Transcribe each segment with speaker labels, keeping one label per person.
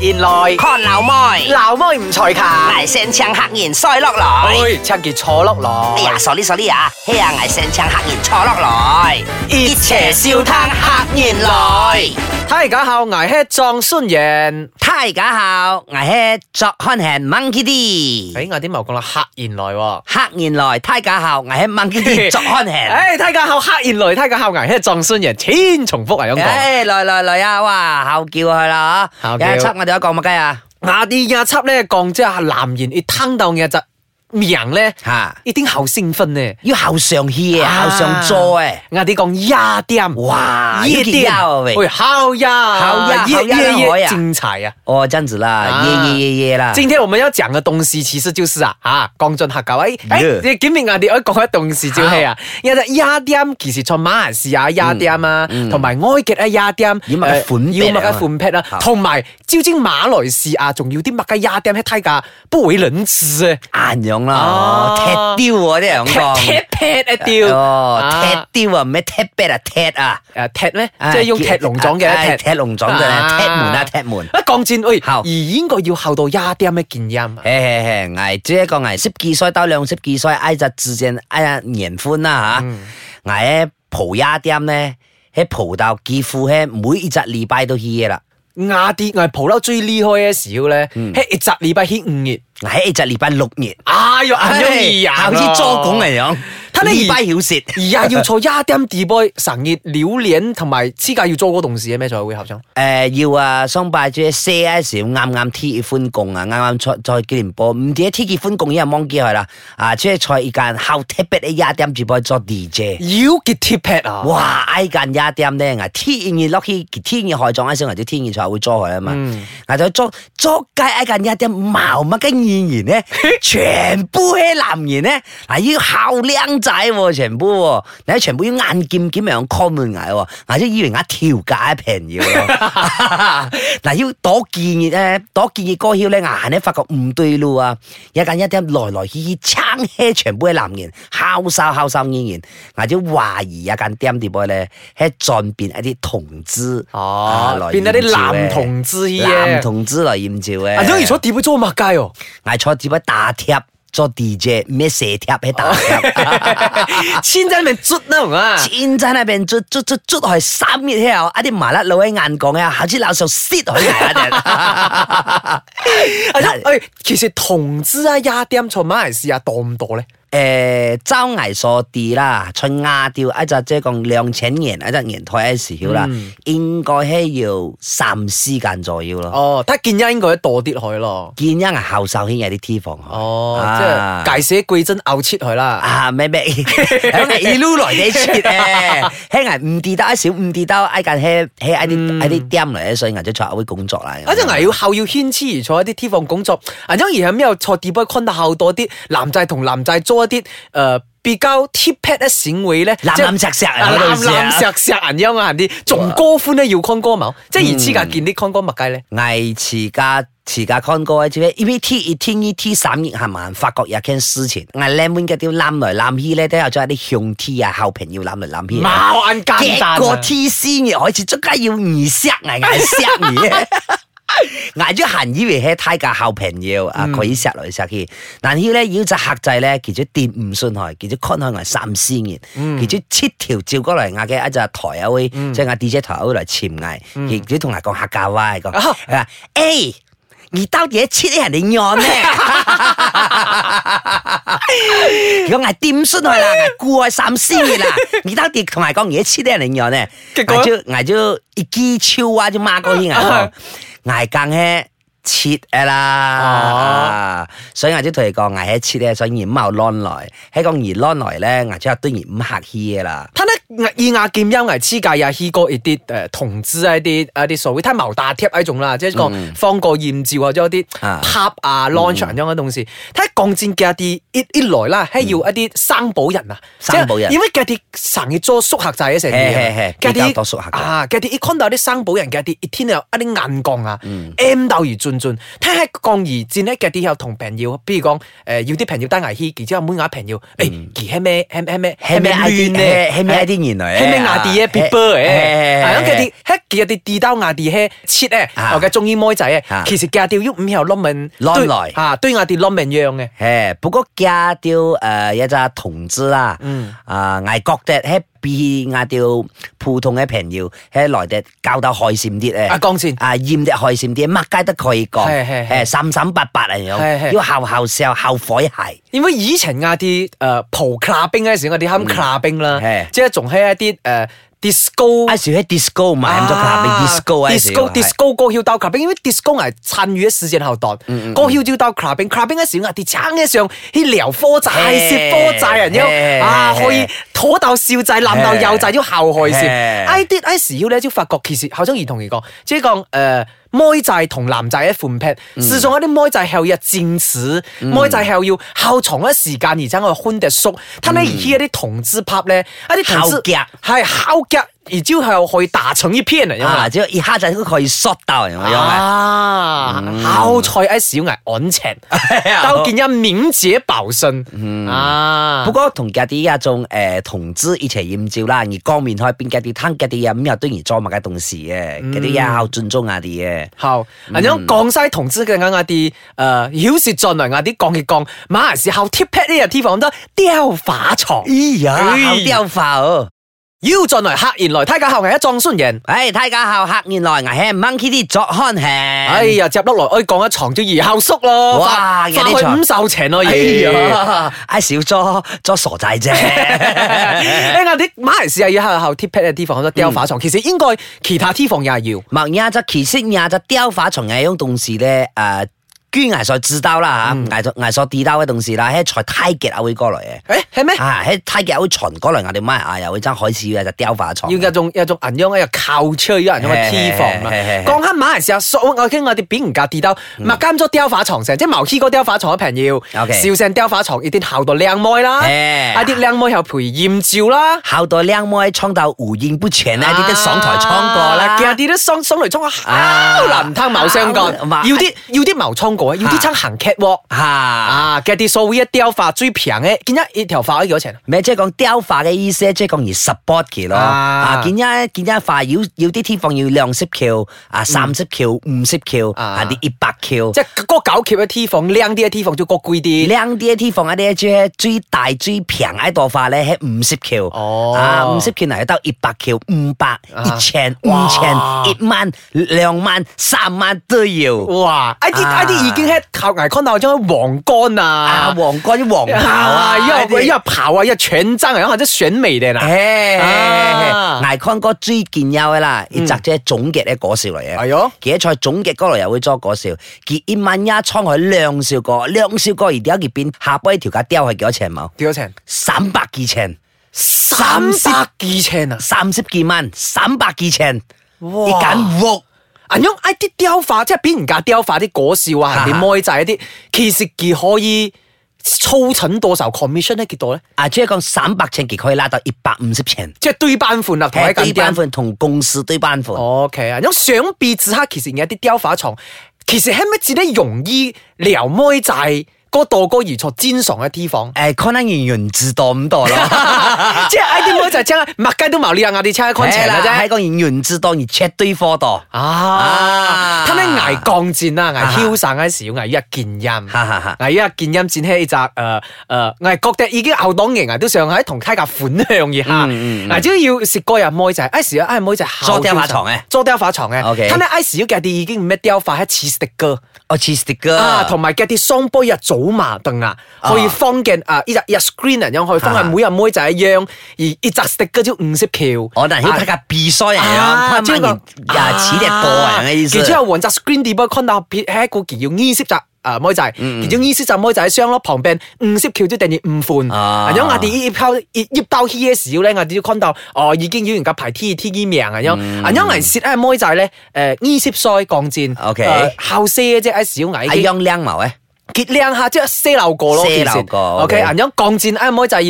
Speaker 1: 原來
Speaker 2: 看老妹，
Speaker 1: 鬧妹唔才勤，
Speaker 2: 危聲槍黑然衰落來。
Speaker 1: 哎，趁傑坐落來
Speaker 2: 哎呀，，傻啲傻啲啊！嘿呀，危聲槍黑然坐落來，
Speaker 1: 熱
Speaker 2: 邪笑嘆黑然來。
Speaker 1: 睇家後捱吃壯酸人。
Speaker 2: 太假校，危嘿作看行 monkey 啲。
Speaker 1: 哎，我啲冇講啦，客然來喎。
Speaker 2: 黑然來，太假校，危嘿 monkey 啲作看行。
Speaker 1: 哎，睇家後客然來，睇家後捱吃壯酸人，千重複啊，咁講。
Speaker 2: 誒，來來來啊！哇，校叫佢啦吓，
Speaker 1: 校
Speaker 2: 有
Speaker 1: 叫
Speaker 2: 一輯我哋有講乜雞啊？
Speaker 1: 我啲一輯咧講即係男人一聽到嘅就名咧，
Speaker 2: 吓，
Speaker 1: 一定好興奮呢。
Speaker 2: 要校上去啊，校上座誒。
Speaker 1: 我哋講一點，
Speaker 2: 哇
Speaker 1: 一
Speaker 2: 呢件
Speaker 1: 點
Speaker 2: 嘢啊喂
Speaker 1: 喂，好呀，
Speaker 2: 好呀
Speaker 1: 耶
Speaker 2: 好呀
Speaker 1: 耶
Speaker 2: 好
Speaker 1: 耶，
Speaker 2: 呀
Speaker 1: 精彩呀！
Speaker 2: 哦，這樣子啦，
Speaker 1: 啊
Speaker 2: 耶耶耶耶啦。
Speaker 1: 今天我們要講的東西其實就是啊，啊，講盡客家話，誒、哎、
Speaker 2: Yeah
Speaker 1: 你今日我哋要講嘅東西就係啊，因為雅典其實在馬來西亞雅典啊，同埋埃及啊雅典，
Speaker 2: 要乜嘅款
Speaker 1: 要
Speaker 2: 式啊
Speaker 1: 乜嘅款式啊，
Speaker 2: 好
Speaker 1: 同埋招尖馬來西亞仲要啲乜嘅雅典喺睇價不為人知啊，
Speaker 2: 硬
Speaker 1: 啊
Speaker 2: 樣啦，踢雕喎，啲人咁講。
Speaker 1: 踢踢踢一掉，
Speaker 2: Ờ, 哦，踢雕啊，唔係踢 bat 啊，踢啊，
Speaker 1: 誒踢咧，
Speaker 2: À,
Speaker 1: 即係用踢龍撞
Speaker 2: 哎
Speaker 1: 嘅踢
Speaker 2: 踢。龍種嘅
Speaker 1: 啊
Speaker 2: 踢門啊，踢門。
Speaker 1: 一講戰，喂，
Speaker 2: 好
Speaker 1: 而應該要後到雅典嘅建音啊。
Speaker 2: 嘿嘿嘿，捱這個捱十幾歲到兩十幾歲，挨就自然挨啊年寬啦吓，捱喺蒲丫店咧，喺蒲到幾乎喺每一隻禮拜都去嘅啦，
Speaker 1: 雅典我係蒲撈最厲害嘅時咧，喺一集禮拜喺五月。
Speaker 2: 捱一隻禮拜六日，
Speaker 1: 哎呦，很容易呀，
Speaker 2: 好似做工嚟樣，
Speaker 1: 睇你
Speaker 2: 禮拜曉蝕。
Speaker 1: 而家要做一點地杯，成日榴蓮同埋黐架要做嗰同事嘅咩？在會後生
Speaker 2: 誒、要啊，雙拜主 C S 要啱啱天結歡共啊，啱啱出再紀念波，唔止天結歡共已經忘記佢啦。啊，即係在一間後 t i p e 廿點主播做 DJ，
Speaker 1: 要結鐵劈啊！
Speaker 2: 哇！挨間廿點咧，啊天熱落去，天熱害撞啱先，或者天熱才會捉佢啊嘛。啊，就捉捉街挨間廿點毛乜嘅演員咧，全部係男人咧，嗱要校靚仔喎，全部喎，你全部要眼劍劍樣 common 嗌喎， 嗱即以為嗌調解平要咯。嗱，要多建議咧，多建議歌曉咧，硬咧發覺唔對路啊！一間一啲來來去去撐起全部嘅男人，敲哨敲哨演員，或者懷疑一間店啲波咧，喺轉變一啲同志啊
Speaker 1: 哦
Speaker 2: 來，
Speaker 1: 變咗啲
Speaker 2: 艷照
Speaker 1: 男
Speaker 2: 嘅
Speaker 1: 同志
Speaker 2: 男
Speaker 1: 嘅。
Speaker 2: 同志來艷照嘅。
Speaker 1: 啊，因為坐地杯做乜 街哦？
Speaker 2: 嗌錯只不打貼做 DJ 咩射貼 喺打貼。
Speaker 1: 千真咪卒啦，係嘛？
Speaker 2: 千真喺邊捽捽捽捽去三月之後，一啲麻甩佬喺眼角啊，下次鬧上 sit 佢啊！
Speaker 1: 啊，因哎其實同志啊，廿點坐馬來西亞多唔多咧？
Speaker 2: 誒，周藝所啲啦，春亞調一隻即係講兩千年，一隻年台一時曉啦，應該係要三四間左右咯。
Speaker 1: 哦，得見一應該多啲去咯。
Speaker 2: 見一係後手圈有啲 T 房去
Speaker 1: 哦，即
Speaker 2: 啊
Speaker 1: 係解寫貴真拗切佢啦。
Speaker 2: 啊咩咩，響係一路來你切誒，輕人唔地得一少，唔地得挨間喺喺喺啲喺啲店嚟，所以人就才會工作啦。
Speaker 1: 啊，即係要後要牽黐而坐一啲 T 房工作，啊，因而係咩又坐 d e b o 坤得後多啲男仔同男仔做一啲誒、呃比較 T pat 嘅閃會咧，
Speaker 2: 藍
Speaker 1: 即係
Speaker 2: 藍石石啊
Speaker 1: 啊
Speaker 2: 嗰
Speaker 1: 藍
Speaker 2: 度
Speaker 1: 藍石石人樣啊，人啲仲歌歡咧要 con 歌冇，即係而黐架見啲 con 歌物雞咧，
Speaker 2: 危持家持家 con 哥知唔知？因為 T 一天一 T 三熱係慢發覺有件事情，危靚妹嘅啲攬來攬去咧，都有咗一啲向 T 啊後平要攬來攬去。
Speaker 1: 冇眼簡單
Speaker 2: 結
Speaker 1: 啊
Speaker 2: 果 T 先熱開始，即刻要二石危危石而。挨咗閒以為係太價後平要啊，佢石來石去，但係咧要隻客仔咧，其實跌唔信佢，其實 con 佢係三千嘅，其實七條照過嚟嗌嘅一隻台啊會，即係嗌 DJ 台啊會嚟潛藝，其實同人講客家話講，
Speaker 1: 啊
Speaker 2: 佢話誒，你到底切啲人哋案咩？如果嗌點 信佢啦，嗌過三千嘅啦，你到底同埋講嘢切啲人哋案咧？
Speaker 1: 結果
Speaker 2: 嗌咗挨咗一支超啊，只孖哥先挨講，挨更咧切啊啦，所以挨咗同佢講挨喺切咧，所以而唔後攞來，喺講而攞來咧，挨咗又當然唔客氣嘅啦。
Speaker 1: 他咧以牙劍優牙黐架又牽過一啲誒同志一啲呃一啲所謂，他毛大貼一種啦，即係講放個豔照或者一啲
Speaker 2: 嗯啊
Speaker 1: pop 啊 launch 咁樣嘅東西。睇鋼戰嘅一啲一一來啦，係要一啲生保人啊，
Speaker 2: 嗯生保人
Speaker 1: 即係因為嘅啲成日做宿客仔啊嘅成
Speaker 2: 嘿嘿嘿
Speaker 1: 嘅
Speaker 2: 比較多
Speaker 1: 啲
Speaker 2: 宿客仔
Speaker 1: 啊嘅啲一 con 到啲生保人嘅啲一天有一啲眼光啊，M 到而進轉轉，睇下降而戰咧嘅啲有同朋友，比如講誒、呃要啲朋友單牙醫，然之後每牙朋友，誒而係咩係咩係咩
Speaker 2: 係咩 ID
Speaker 1: 咧？
Speaker 2: 係咩 ID 原來
Speaker 1: 係咩牙啲嘢 people 誒？係咁佢啲係佢啲地道牙啲嘢切咧，
Speaker 2: 啊
Speaker 1: 我嘅中醫妹仔咧
Speaker 2: 啊，
Speaker 1: 其實佢哋要唔係攞命
Speaker 2: 攞
Speaker 1: 對
Speaker 2: 來
Speaker 1: 啊，對牙啲攞命樣嘅。
Speaker 2: 嘿，不過加掉誒呃一隻同志啦，
Speaker 1: 嗯
Speaker 2: 啊，我覺得喺比亞掉普通嘅朋友喺內地教得開心啲咧。
Speaker 1: 啊講先
Speaker 2: 啊，厭得開心啲，乜街都可以講，
Speaker 1: 係係係
Speaker 2: 誒，三三八八嚟
Speaker 1: 係
Speaker 2: 樣，
Speaker 1: 係
Speaker 2: 要後後笑後火係。
Speaker 1: 因為以前嗰啲誒蒲 clubbing 嗰陣時，我哋喊 clubbing 啦
Speaker 2: 係，
Speaker 1: 即係仲係一啲誒 disco
Speaker 2: 嗰。時喺啊 disco 唔係咁
Speaker 1: 哦
Speaker 2: 多
Speaker 1: 啊
Speaker 2: club，disco 嗰時
Speaker 1: disco
Speaker 2: 哎
Speaker 1: disco 歌曉到 clubbing，因為 disco 係參與喺市政後代，
Speaker 2: 嗯
Speaker 1: 歌曉要到 clubbing，clubbing 嗰時我哋撐一上去撩科債、涉科債人
Speaker 2: 嘿
Speaker 1: 妖啊，
Speaker 2: 嘿
Speaker 1: 可以左到少債、男到右債，要後害先。
Speaker 2: 嘿
Speaker 1: I did I 時要咧，就發覺其實後生兒童嚟講，即係講誒。妹仔同男仔一款 pat，事實
Speaker 2: 嗯
Speaker 1: 上嗰啲妹仔後要戰士，妹仔後要後藏一時間，而且我寬嘅縮，睇你而家啲同志拍咧，一啲同
Speaker 2: 後
Speaker 1: 志
Speaker 2: 嗯夾
Speaker 1: 係後夾，而之後可以打成一片啊，因為
Speaker 2: 啊，只要一下就都可以 shot 到，有冇？
Speaker 1: 啊，烤菜一小藝安情，都見一免者爆信啊
Speaker 2: 不。過同嗰啲一種誒同志一齊豔照啦，而光面開邊嗰啲攤嗰啲嘢，咁又當然裝埋嘅同事嘅，嗰啲嘢好尊重下啲嘅。
Speaker 1: 好，咁樣江西同志嘅啱啱啲誒曉舌進嚟，啱啲降血降，馬來西亞 tip pat 呢日 t 房都雕化床，
Speaker 2: 哎呀，好雕化哦！
Speaker 1: 腰進嚟客人來，睇下後藝一撞孫人。
Speaker 2: 哎，大家好，客原來我係 monkey 啲作看戲。
Speaker 1: 哎
Speaker 2: 哎
Speaker 1: 呀，接落來，哎，降一床就而後縮咯，
Speaker 2: 哇
Speaker 1: 發
Speaker 2: 有啲
Speaker 1: 發
Speaker 2: 床
Speaker 1: 去五受情咯，
Speaker 2: 哎
Speaker 1: 而。
Speaker 2: 呀，哎少咗咗傻仔啫。
Speaker 1: 哎，啱啲馬來西亞要後 tip pat 嘅 t 房都雕化床，其實應該其他 t 房也係要。
Speaker 2: 莫呀，就其實呀，就雕花從嘅一種同事咧，誒。捐藝術指導啦
Speaker 1: 嗯
Speaker 2: 嚇，藝術藝術指導嘅同事啦，喺在泰極啊會過來嘅。
Speaker 1: 誒，係咩？
Speaker 2: 啊！喺泰嘅會傳過嚟，我哋媽啊又會爭海事嘅就雕化床。
Speaker 1: 要有一種有一種銀樣又靠出一人咁嘅 T 房啦
Speaker 2: 係係係。係
Speaker 1: 講下馬來西亞所我傾我哋扁唔格跌兜，麥間咗雕化床成，即係茅 K 哥雕化床嘅朋友，
Speaker 2: OK
Speaker 1: 笑聲雕化床一啲後到靚妹啦，
Speaker 2: 係
Speaker 1: 一啲靚妹又陪豔照啦。
Speaker 2: 後代靚妹創到胡燕不全啦，啲都上台衝過啦。
Speaker 1: 嘅啊啲都上上嚟衝啊，
Speaker 2: 啊
Speaker 1: 好難貪謀相干，
Speaker 2: 啊
Speaker 1: 要啲要啲謀衝過，要啲撐行 catwalk
Speaker 2: 嚇
Speaker 1: 啊，嘅啲所謂一雕化最平嘅，見一一條化咗幾多錢啊？
Speaker 2: 咩即係講雕化嘅意思，即係講而 support 佢咯。
Speaker 1: 啊
Speaker 2: 啊，見一見一化要要啲天放要兩色橋啊，三色橋、五色橋
Speaker 1: 啊
Speaker 2: 啊，啲一百橋。
Speaker 1: 即係嗰九橋嘅 T 房，靚啲嘅 T 房就高貴啲。
Speaker 2: 靚啲嘅地方，一啲最最大最平嘅朵花咧，喺五十橋，
Speaker 1: 哦
Speaker 2: 啊五十橋嚟到一百橋、五百、一
Speaker 1: 啊
Speaker 2: 千、五千、一萬、兩萬、三萬都要。
Speaker 1: 哇！呢啲
Speaker 2: 啊
Speaker 1: 呢啲已經係靠危康鬧將黃干
Speaker 2: 啊，
Speaker 1: 啊，
Speaker 2: 皇冠皇 袍啊，
Speaker 1: 因為
Speaker 2: 呢
Speaker 1: 因
Speaker 2: 啲
Speaker 1: 為跑啊，因為全爭啊，或者選美嘅啦。
Speaker 2: 嘿
Speaker 1: 啊嗯
Speaker 2: 艾康哥最見優嘅啦，一集即係總結咧嗰笑嚟嘅。
Speaker 1: 係喲
Speaker 2: 佢一賽總結嗰度又會作嗰笑，佢一萬一倉去兩笑過，兩笑過而點解佢變下杯條價雕係幾多錢冇？
Speaker 1: 幾多錢？
Speaker 2: 三百幾錢。
Speaker 1: 三百幾千啊！
Speaker 2: 三十幾萬，三百幾千，
Speaker 1: 哇
Speaker 2: 你揀屋
Speaker 1: 啊，因為呢啲雕化，即係俾人家雕化啲果笑啊，
Speaker 2: 啊
Speaker 1: 人哋妹仔一啲，其實佢可以操診多少 commission 咧？幾多咧？
Speaker 2: 啊，即係講三百千，佢可以拉到一百五十千，
Speaker 1: 即係對班款啦，同一
Speaker 2: 對
Speaker 1: 間
Speaker 2: 班款同公司對班款，？
Speaker 1: O K 啊，咁想必此刻其實有啲雕花床，其實係咪只咧容易撩妹仔嗰度個而坐尖床嘅 T 房
Speaker 2: 誒，可能原源自多咁多咯，
Speaker 1: 即係嗌啲妹仔聽，麥雞都冇呢啊，嗌啲車 con
Speaker 2: 係
Speaker 1: 嘅
Speaker 2: 啦，
Speaker 1: 啫
Speaker 2: 喺。個原源自多而 check 對貨多，
Speaker 1: 啊
Speaker 2: 啊！
Speaker 1: 睇你挨降戰啦，挨
Speaker 2: 啊
Speaker 1: 囂散嗰時要挨一件音，
Speaker 2: 哈哈哈
Speaker 1: 挨一件音戰起呢集誒呃誒，挨覺得已經後檔型啊，都上喺同溪嘅款向而下
Speaker 2: 嗯嗯，嗯
Speaker 1: 挨只要食過人妹仔，嗰時啊妹仔
Speaker 2: 坐雕花床嘅
Speaker 1: 坐雕花床嘅，
Speaker 2: 啊 OK
Speaker 1: 啊睇你嗰時要嘅啲已經唔咩雕花，係似食嘅。
Speaker 2: 我 cheese 啲哥，
Speaker 1: 啊，同埋嘅啲雙杯啊、組麻凳啊，
Speaker 2: 啊
Speaker 1: 可以放嘅啊，一日一 screen 人樣可以放係
Speaker 2: 啊
Speaker 1: 每日妹仔一樣，而一扎食嗰招五色啊橋。
Speaker 2: 我哦但係睇下 B 衰人
Speaker 1: 啊，
Speaker 2: 樣，佢
Speaker 1: 個
Speaker 2: 萬然呀似啲個人嘅意思，
Speaker 1: 然之後換扎 screen 啲波 con 到別係一個叫二色扎。啊，妹仔，然之後二色扎妹仔雙咯，旁邊五色橋都定住五款。
Speaker 2: 啊
Speaker 1: 然後我哋一包一一包 h e 少咧，我哋要 con 到哦，已經要人家排 T T 嘅命啊，因啊因為蝕啊妹仔咧，誒二色衰降戰
Speaker 2: OK
Speaker 1: 後些啫，一小矮哎
Speaker 2: 係樣靚毛嘅，
Speaker 1: 傑靚下，即係射漏過咯，
Speaker 2: 射漏
Speaker 1: 件事
Speaker 2: 過
Speaker 1: ，OK，
Speaker 2: ，OK
Speaker 1: 人樣鋼箭啱開就係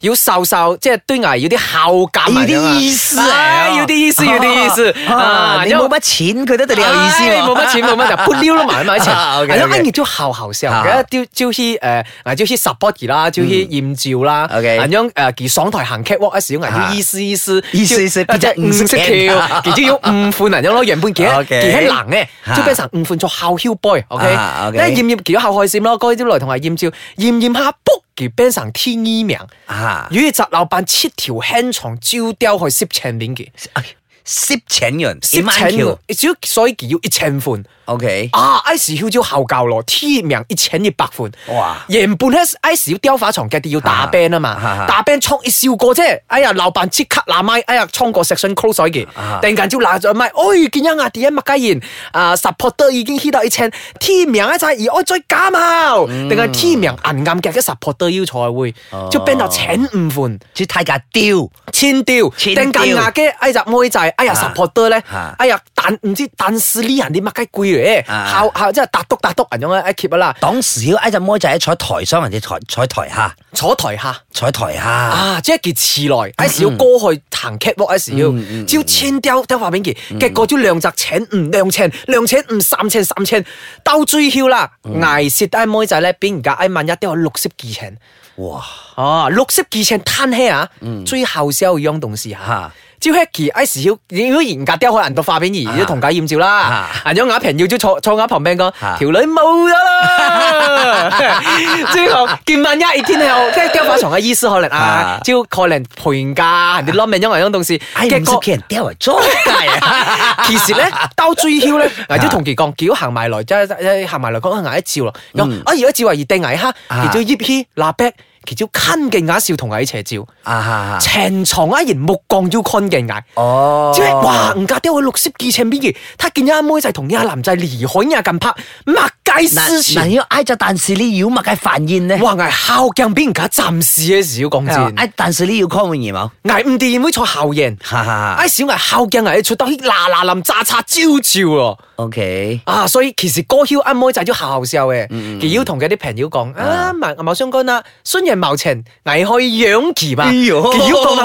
Speaker 1: 要要瘦瘦，即係端牙要啲孝感嚟㗎嘛
Speaker 2: 要啲意思嚟啊
Speaker 1: 啊，要啲意思，要啲意思
Speaker 2: 啊你
Speaker 1: 因為
Speaker 2: 冇乜錢，佢都對你有意思
Speaker 1: 唉
Speaker 2: 喎。
Speaker 1: 冇乜錢冇 乜就不溜啦埋埋一齊。
Speaker 2: 啊，OK，OK
Speaker 1: 係咯，跟住都好好笑
Speaker 2: 啊
Speaker 1: 嘅，招招去誒，啊招去 support 啦，招去豔照啦
Speaker 2: OK
Speaker 1: 咁樣誒，佢上台行 catwalk 嗰時，人要
Speaker 2: 啊
Speaker 1: 意思意思，
Speaker 2: 意思意思
Speaker 1: 招啊即係唔識跳，其中要五款人樣咯，原本其實
Speaker 2: OK
Speaker 1: 其實冷嘅，
Speaker 2: 啊
Speaker 1: 就變成五款做校 h boy，OK，
Speaker 2: 啊，OK
Speaker 1: 咧豔豔其實好開心咯，嗰啲來同埋豔照，豔豔下 book 佢變成天衣名，
Speaker 2: 啊，
Speaker 1: 與集老闆切條輕床招雕去攝前面嘅，
Speaker 2: 攝請哎人，攝
Speaker 1: 攝
Speaker 2: 請
Speaker 1: 前
Speaker 2: 橋。，
Speaker 1: 所以佢要一千款。
Speaker 2: OK，
Speaker 1: 啊！I 時要招後教咯，天命一千一百款。
Speaker 2: 哇
Speaker 1: 原本咧 I 時要雕花床嘅啲要打 band 啊
Speaker 2: 啊
Speaker 1: 嘛
Speaker 2: 啊，
Speaker 1: 打 band 衝一笑過啫。哎呀，老闆即刻拿麥，哎呀，衝過 section close 水嘅，
Speaker 2: 啊
Speaker 1: 突然間就拿咗麥，哎，見一壓啲麥家言啊，supporter 已經 hit 到一千，天命一陣而我再減後，定係天命銀暗嘅嘅 supporter 要才會，就變到請五款。
Speaker 2: 即係太架雕。
Speaker 1: 千雕，
Speaker 2: 千
Speaker 1: 定
Speaker 2: 雕
Speaker 1: 近牙嘅哎呀妹仔，哎呀
Speaker 2: 啊
Speaker 1: support 咧
Speaker 2: 啊，
Speaker 1: 哎呀但唔知但是呢人啲乜雞攰嚟，
Speaker 2: 啊
Speaker 1: 考考即係搭督搭督人樣咧，一 keep 啦，
Speaker 2: 當時嗰只妹仔喺坐台上，人哋坐坐台下，
Speaker 1: 坐台下
Speaker 2: 坐台下。
Speaker 1: 啊，即係件遲來，哎時要歌去行 catwalk，哎時要招千雕雕化炳傑，結果招兩隻請唔兩千兩千唔三千三千，到最後啦，挨蝕哎妹仔咧，俾人家哎萬一都有六十幾千。
Speaker 2: 哇！
Speaker 1: 哦，綠色幾千攤起啊，最後先有樣東西嚇
Speaker 2: 啊。
Speaker 1: 照 Hacky I 時要如果嚴格雕可能到化片而
Speaker 2: 啊
Speaker 1: 都同解豔照啦，
Speaker 2: 啊
Speaker 1: 人咗眼平要咗坐坐眼旁邊講
Speaker 2: 啊
Speaker 1: 條女冇咗 啦，之後見萬一一天後，跟住雕化床嘅醫師可能啊
Speaker 2: 啊，
Speaker 1: 招可能陪嫁人哋攞命，因為樣東西，
Speaker 2: 哎，
Speaker 1: 結
Speaker 2: 唔識
Speaker 1: 果
Speaker 2: 俾人雕嚟裝界啊！
Speaker 1: 其實咧，兜追囂咧，嗱，都同佢講，叫行埋來，即係行埋來講牙一照咯。咁啊，而家照話而定牙哈，
Speaker 2: 啊
Speaker 1: 佢就醃起蠟筆，佢就近嘅眼笑同牙斜照，
Speaker 2: 啊哈！
Speaker 1: 全床一然目光要看嘅眼。
Speaker 2: 哦，
Speaker 1: 即係哇，人家都去綠色記前邊嘅，他見一妹仔同一男仔離海呀近拍，麥雞
Speaker 2: 嗱
Speaker 1: 思
Speaker 2: 嗱
Speaker 1: 前，
Speaker 2: 要挨咗但是呢妖物嘅繁宴咧，
Speaker 1: 哇！牙孝鏡俾人家暫時嘅時要講
Speaker 2: 係啊
Speaker 1: 真，
Speaker 2: 挨但是呢要 call 換冇？
Speaker 1: 牙唔掂妹坐後贏，
Speaker 2: 哈哈
Speaker 1: 啊小牙孝鏡牙出到嗱嗱臨炸擦招照咯。
Speaker 2: ，OK，
Speaker 1: 啊，所以其實歌曉阿妹仔都好笑嘅，佢要同佢啲朋友講啊，謀謀相干啦，雖然謀情，危害養兒嘛，
Speaker 2: 哎
Speaker 1: 佢
Speaker 2: 呦
Speaker 1: 要講啦，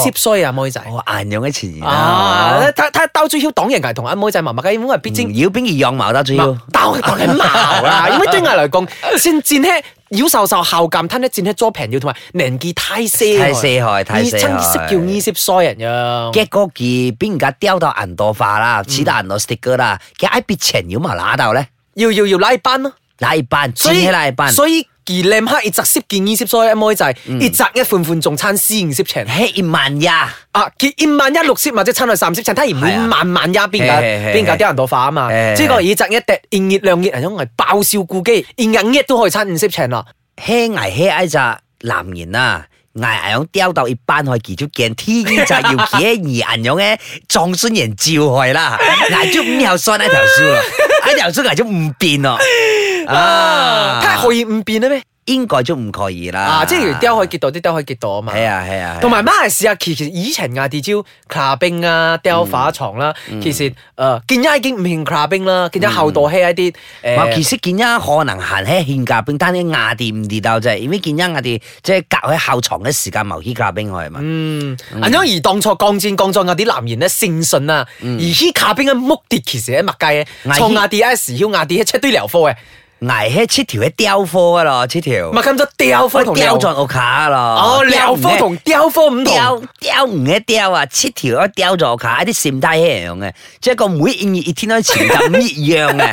Speaker 1: 二十歲啊妹仔，
Speaker 2: 我硬養嘅前言
Speaker 1: 啊
Speaker 2: 啊，，
Speaker 1: 他他到最後黨人係同阿妹仔麻麻嘅，因為畢
Speaker 2: 嗯
Speaker 1: 竟
Speaker 2: 妖邊而養毛得主要
Speaker 1: 嘛。鬥鬥緊矛 啦，因為對我嚟講，戰戰喺妖獸獸後鑑吞咧，戰喺左朋友同埋年紀太細，
Speaker 2: 太細害太細害
Speaker 1: 真識叫二十歲人樣，
Speaker 2: 嘅嗰件俾人家雕到銀朵化啦，似得銀朵 sticker 啦，嘅喺別前妖嘛乸到咧，
Speaker 1: 要要要拉班咯。
Speaker 2: 拉一班，
Speaker 1: 所
Speaker 2: 剪
Speaker 1: 以
Speaker 2: 起拉一班，
Speaker 1: 所以而靚黑，一集攝件二攝所以一妹仔，一集一款款仲餐私然攝情。
Speaker 2: 嘿一萬呀，
Speaker 1: 啊，結一萬一六攝或者餐去三攝情，睇唔
Speaker 2: 係
Speaker 1: 會
Speaker 2: 啊
Speaker 1: 萬萬一邊架
Speaker 2: 係係係
Speaker 1: 邊架啲人度化啊嘛。
Speaker 2: 係係
Speaker 1: 即係個一集一滴，熱熱兩熱人因為爆笑顧機，熱硬一都可以餐五攝情啦。
Speaker 2: 嘿挨嘿挨只男人啊。挨人雕到一班去技術鏡，天衣就要企喺二人樣嘅 撞孫人照去啦，挨咗五條孫喺條書 啦，喺條書挨咗五遍咯，啊，
Speaker 1: 睇下可以唔變咧咩？
Speaker 2: 應該都唔可以啦，
Speaker 1: 啊，即係條雕可以結到啲雕可以結到啊嘛。
Speaker 2: 係啊係啊，
Speaker 1: 同埋馬來西亞其實以前亞地招 clubbing 啊、雕化床啦，其實誒見一已經唔興 clubbing 啦，見一後代起一啲
Speaker 2: 我
Speaker 1: 誒
Speaker 2: 其。實見一可能行喺獻價冰，但係牙啲唔跌到啫，因為見一牙啲即係隔喺後床嘅時間冇起價冰去嘛。
Speaker 1: 嗯，咁樣而當初鋼戰鋼作嗰啲男人咧誠信啊，而依卡邊嘅目的其實喺麥雞嘅，
Speaker 2: 危險
Speaker 1: 創亞啲 S 曉亞啲一出堆療科嘅，
Speaker 2: 牙喺切條喺雕科噶咯，切條
Speaker 1: 咪咁咗雕科同
Speaker 2: 雕咗我卡咯。
Speaker 1: 哦療科同雕科 唔
Speaker 2: 雕
Speaker 1: 同，
Speaker 2: 雕唔嘅雕啊，切條一雕咗我卡，一啲閃低一樣嘅，即係個妹一一天都潛到唔一樣 嘅，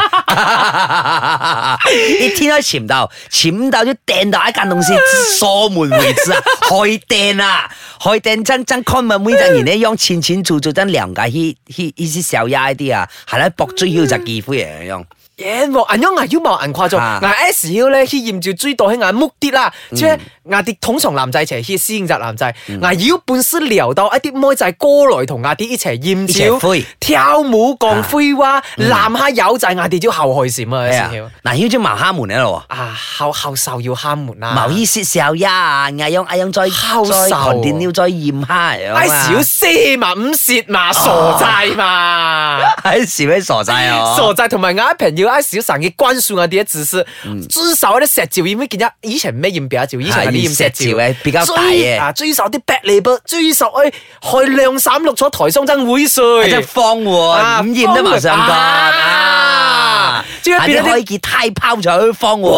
Speaker 2: 一天都潛到，潛到就掟到一間東西鎖門為止啊，開掟啊，開掟真真 con 咪每陣然呢樣淺淺做做真涼噶，去去去啲小丫一啲啊，係啦，搏追要就幾乎樣樣，
Speaker 1: 耶喎，咁樣牙妖冇人誇張，
Speaker 2: 啊
Speaker 1: 牙 S 曉咧佢驗住追到喺眼目啲啦，即係嗌啲通常男仔一齊 hit 先集男仔，嗌要本身撩到一啲妹仔過來同嗌啲一齊
Speaker 2: 一齊
Speaker 1: 豔
Speaker 2: 灰
Speaker 1: 照、跳舞、講灰話，男下有仔嗌啲招後去閃啊！有
Speaker 2: à?
Speaker 1: 時要
Speaker 2: 嗱，要咗矛蝦門喺度喎。
Speaker 1: 啊，後後受要敲門啦，
Speaker 2: 毛衣雪少呀，阿勇阿勇再
Speaker 1: 烤
Speaker 2: 再
Speaker 1: 瘦啊
Speaker 2: 狂電要再驗下
Speaker 1: 哎
Speaker 2: 嚟啊嘛
Speaker 1: 小，些嘛，五舌嘛，傻仔嘛。
Speaker 2: 哎小咩傻仔啊！
Speaker 1: 傻仔同埋嗌一平要嗌小神嘅關注我哋嘅知識，追手啲石照，已經見一以前咩染白照，以前嗰啲染石
Speaker 2: 係
Speaker 1: 照
Speaker 2: 染石照嘅比較大嘅
Speaker 1: 追啊，追手啲 back l a b 追手去去兩三六坐台上真會
Speaker 2: 啊真係
Speaker 1: 帥。
Speaker 2: 方喎，
Speaker 1: 啊
Speaker 2: 五驗都冇上過
Speaker 1: 方喎
Speaker 2: 啊
Speaker 1: 啊！即係
Speaker 2: 下
Speaker 1: 變
Speaker 2: 啲
Speaker 1: 咗啲
Speaker 2: 可以結太拋咗方喎，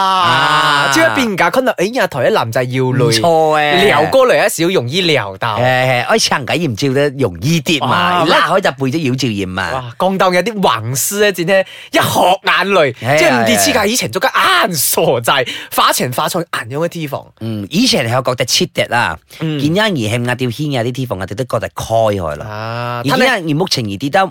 Speaker 1: 哇！即係變架可能，哎呀，台啲男仔要
Speaker 2: 啊唔
Speaker 1: 累，
Speaker 2: 錯誒。哎
Speaker 1: 撩過嚟一少容易撩到。
Speaker 2: 誒，我層緊鹽照得容易啲
Speaker 1: 哇
Speaker 2: 嘛，拉開就背咗妖照鹽啊！
Speaker 1: 哇，講到有啲橫絲咧，只咧一殼眼淚，
Speaker 2: 係啊
Speaker 1: 即係唔
Speaker 2: 係啊
Speaker 1: 知黐架以前做緊眼傻仔，花錢花錯眼樣嘅 T 房。
Speaker 2: 嗯，以前係我覺得 cheat 啦，見
Speaker 1: 嗯
Speaker 2: 因而係壓掉牽啊啲地方，我哋都覺得開開啦。
Speaker 1: 啊，
Speaker 2: 而家而目前而啲得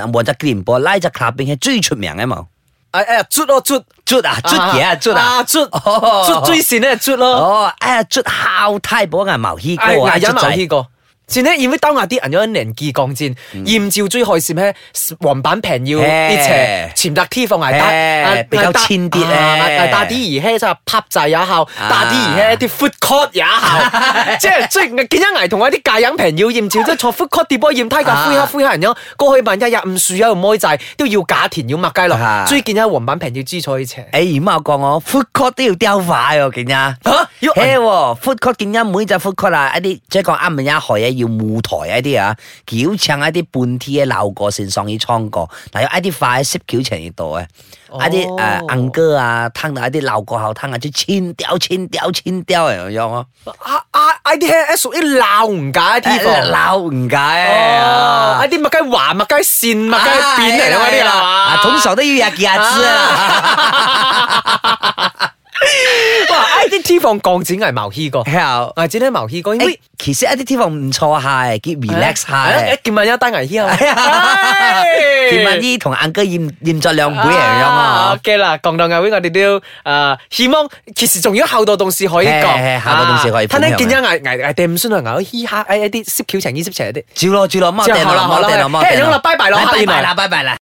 Speaker 2: 黃澤健波拉隻 club 係最出名嘅嘛，
Speaker 1: 哎哎呀，捽咯捽，
Speaker 2: 捽啊捽嘢啊捽啊，
Speaker 1: 啊捽，
Speaker 2: 哦
Speaker 1: 捽追線咧捽 咯，
Speaker 2: 哦哎呀捽孝太保牙毛希哥
Speaker 1: 哎
Speaker 2: 啊
Speaker 1: 牙忍
Speaker 2: 捽
Speaker 1: 埋
Speaker 2: 仔
Speaker 1: 呢，個。前呢，因為兜牙啲人有人技降戰，豔照追害線咩？黃板平要
Speaker 2: 嘿
Speaker 1: 啲斜潛特 T 放牙打，
Speaker 2: 嘿
Speaker 1: 啊
Speaker 2: 比較
Speaker 1: 打
Speaker 2: 淺啲咧
Speaker 1: 啊啊打啲兒嘿就係拍仔也效，
Speaker 2: 啊
Speaker 1: 打啲兒嘿啲 foot court 也 效，即係即係見一牙同一啲界影平要豔照，即係坐 foot court 跌波豔梯架灰黑灰黑人樣，過去萬一日唔樹喺度妹仔，都要假田要麥雞
Speaker 2: 啊
Speaker 1: 落，追見一黃板平要知錯去斜。
Speaker 2: 哎而媽我講我 food court 都要雕化喎，見呀。
Speaker 1: 嚇要
Speaker 2: 嘿喎，food court 見一每隻 food court 啊，一啲即係講啱唔啱害啊，要舞台一啲啊，繳唱一啲半 T 嘅鬧過線上要唱過，但有一啲快攝繳唱熱度啊，
Speaker 1: 哦
Speaker 2: 一啲誒硬歌啊，聽到一啲鬧過後聽下啲千雕千雕千雕咁樣咯，
Speaker 1: 啊啊！I D S 屬於鬧唔解
Speaker 2: 哎
Speaker 1: T 房，
Speaker 2: 鬧唔解
Speaker 1: 哦
Speaker 2: 啊，
Speaker 1: ，I 啲麥雞橫、麥雞線、麥
Speaker 2: À,
Speaker 1: 雞扁嚟啦嗰啲係
Speaker 2: 啊，
Speaker 1: 嘛？
Speaker 2: 通常都要日幾日知啊，
Speaker 1: 哇！I 啲 T 房鋼剪係毛希哥，
Speaker 2: 後。
Speaker 1: 我係剪咧毛希哥，因為
Speaker 2: 哎其實一啲地方唔錯下嘅，叫 relax 下
Speaker 1: 係啦
Speaker 2: 嘅
Speaker 1: 一。見萬一單危希啊！
Speaker 2: 甜蜜啲同硬哥驗驗咗兩杯一樣啊！
Speaker 1: À, ！OK 啦，講到牛會我哋都要誒，希望其實仲要後度動事可以
Speaker 2: 係係
Speaker 1: 講，
Speaker 2: 後度動事可以
Speaker 1: 睇
Speaker 2: 分享
Speaker 1: 咧見一危危危掟唔酸啊，危嘻哈誒一啲涉橋情意涉邪一啲。
Speaker 2: 照咯照咯，踎定
Speaker 1: 好啦
Speaker 2: 啦，
Speaker 1: 好
Speaker 2: 踎
Speaker 1: 啦
Speaker 2: 定啦，踎定
Speaker 1: 聽日用啦拜拜啦
Speaker 2: 拜
Speaker 1: 拜拜
Speaker 2: 拜啦，
Speaker 1: 啦
Speaker 2: 拜拜啦。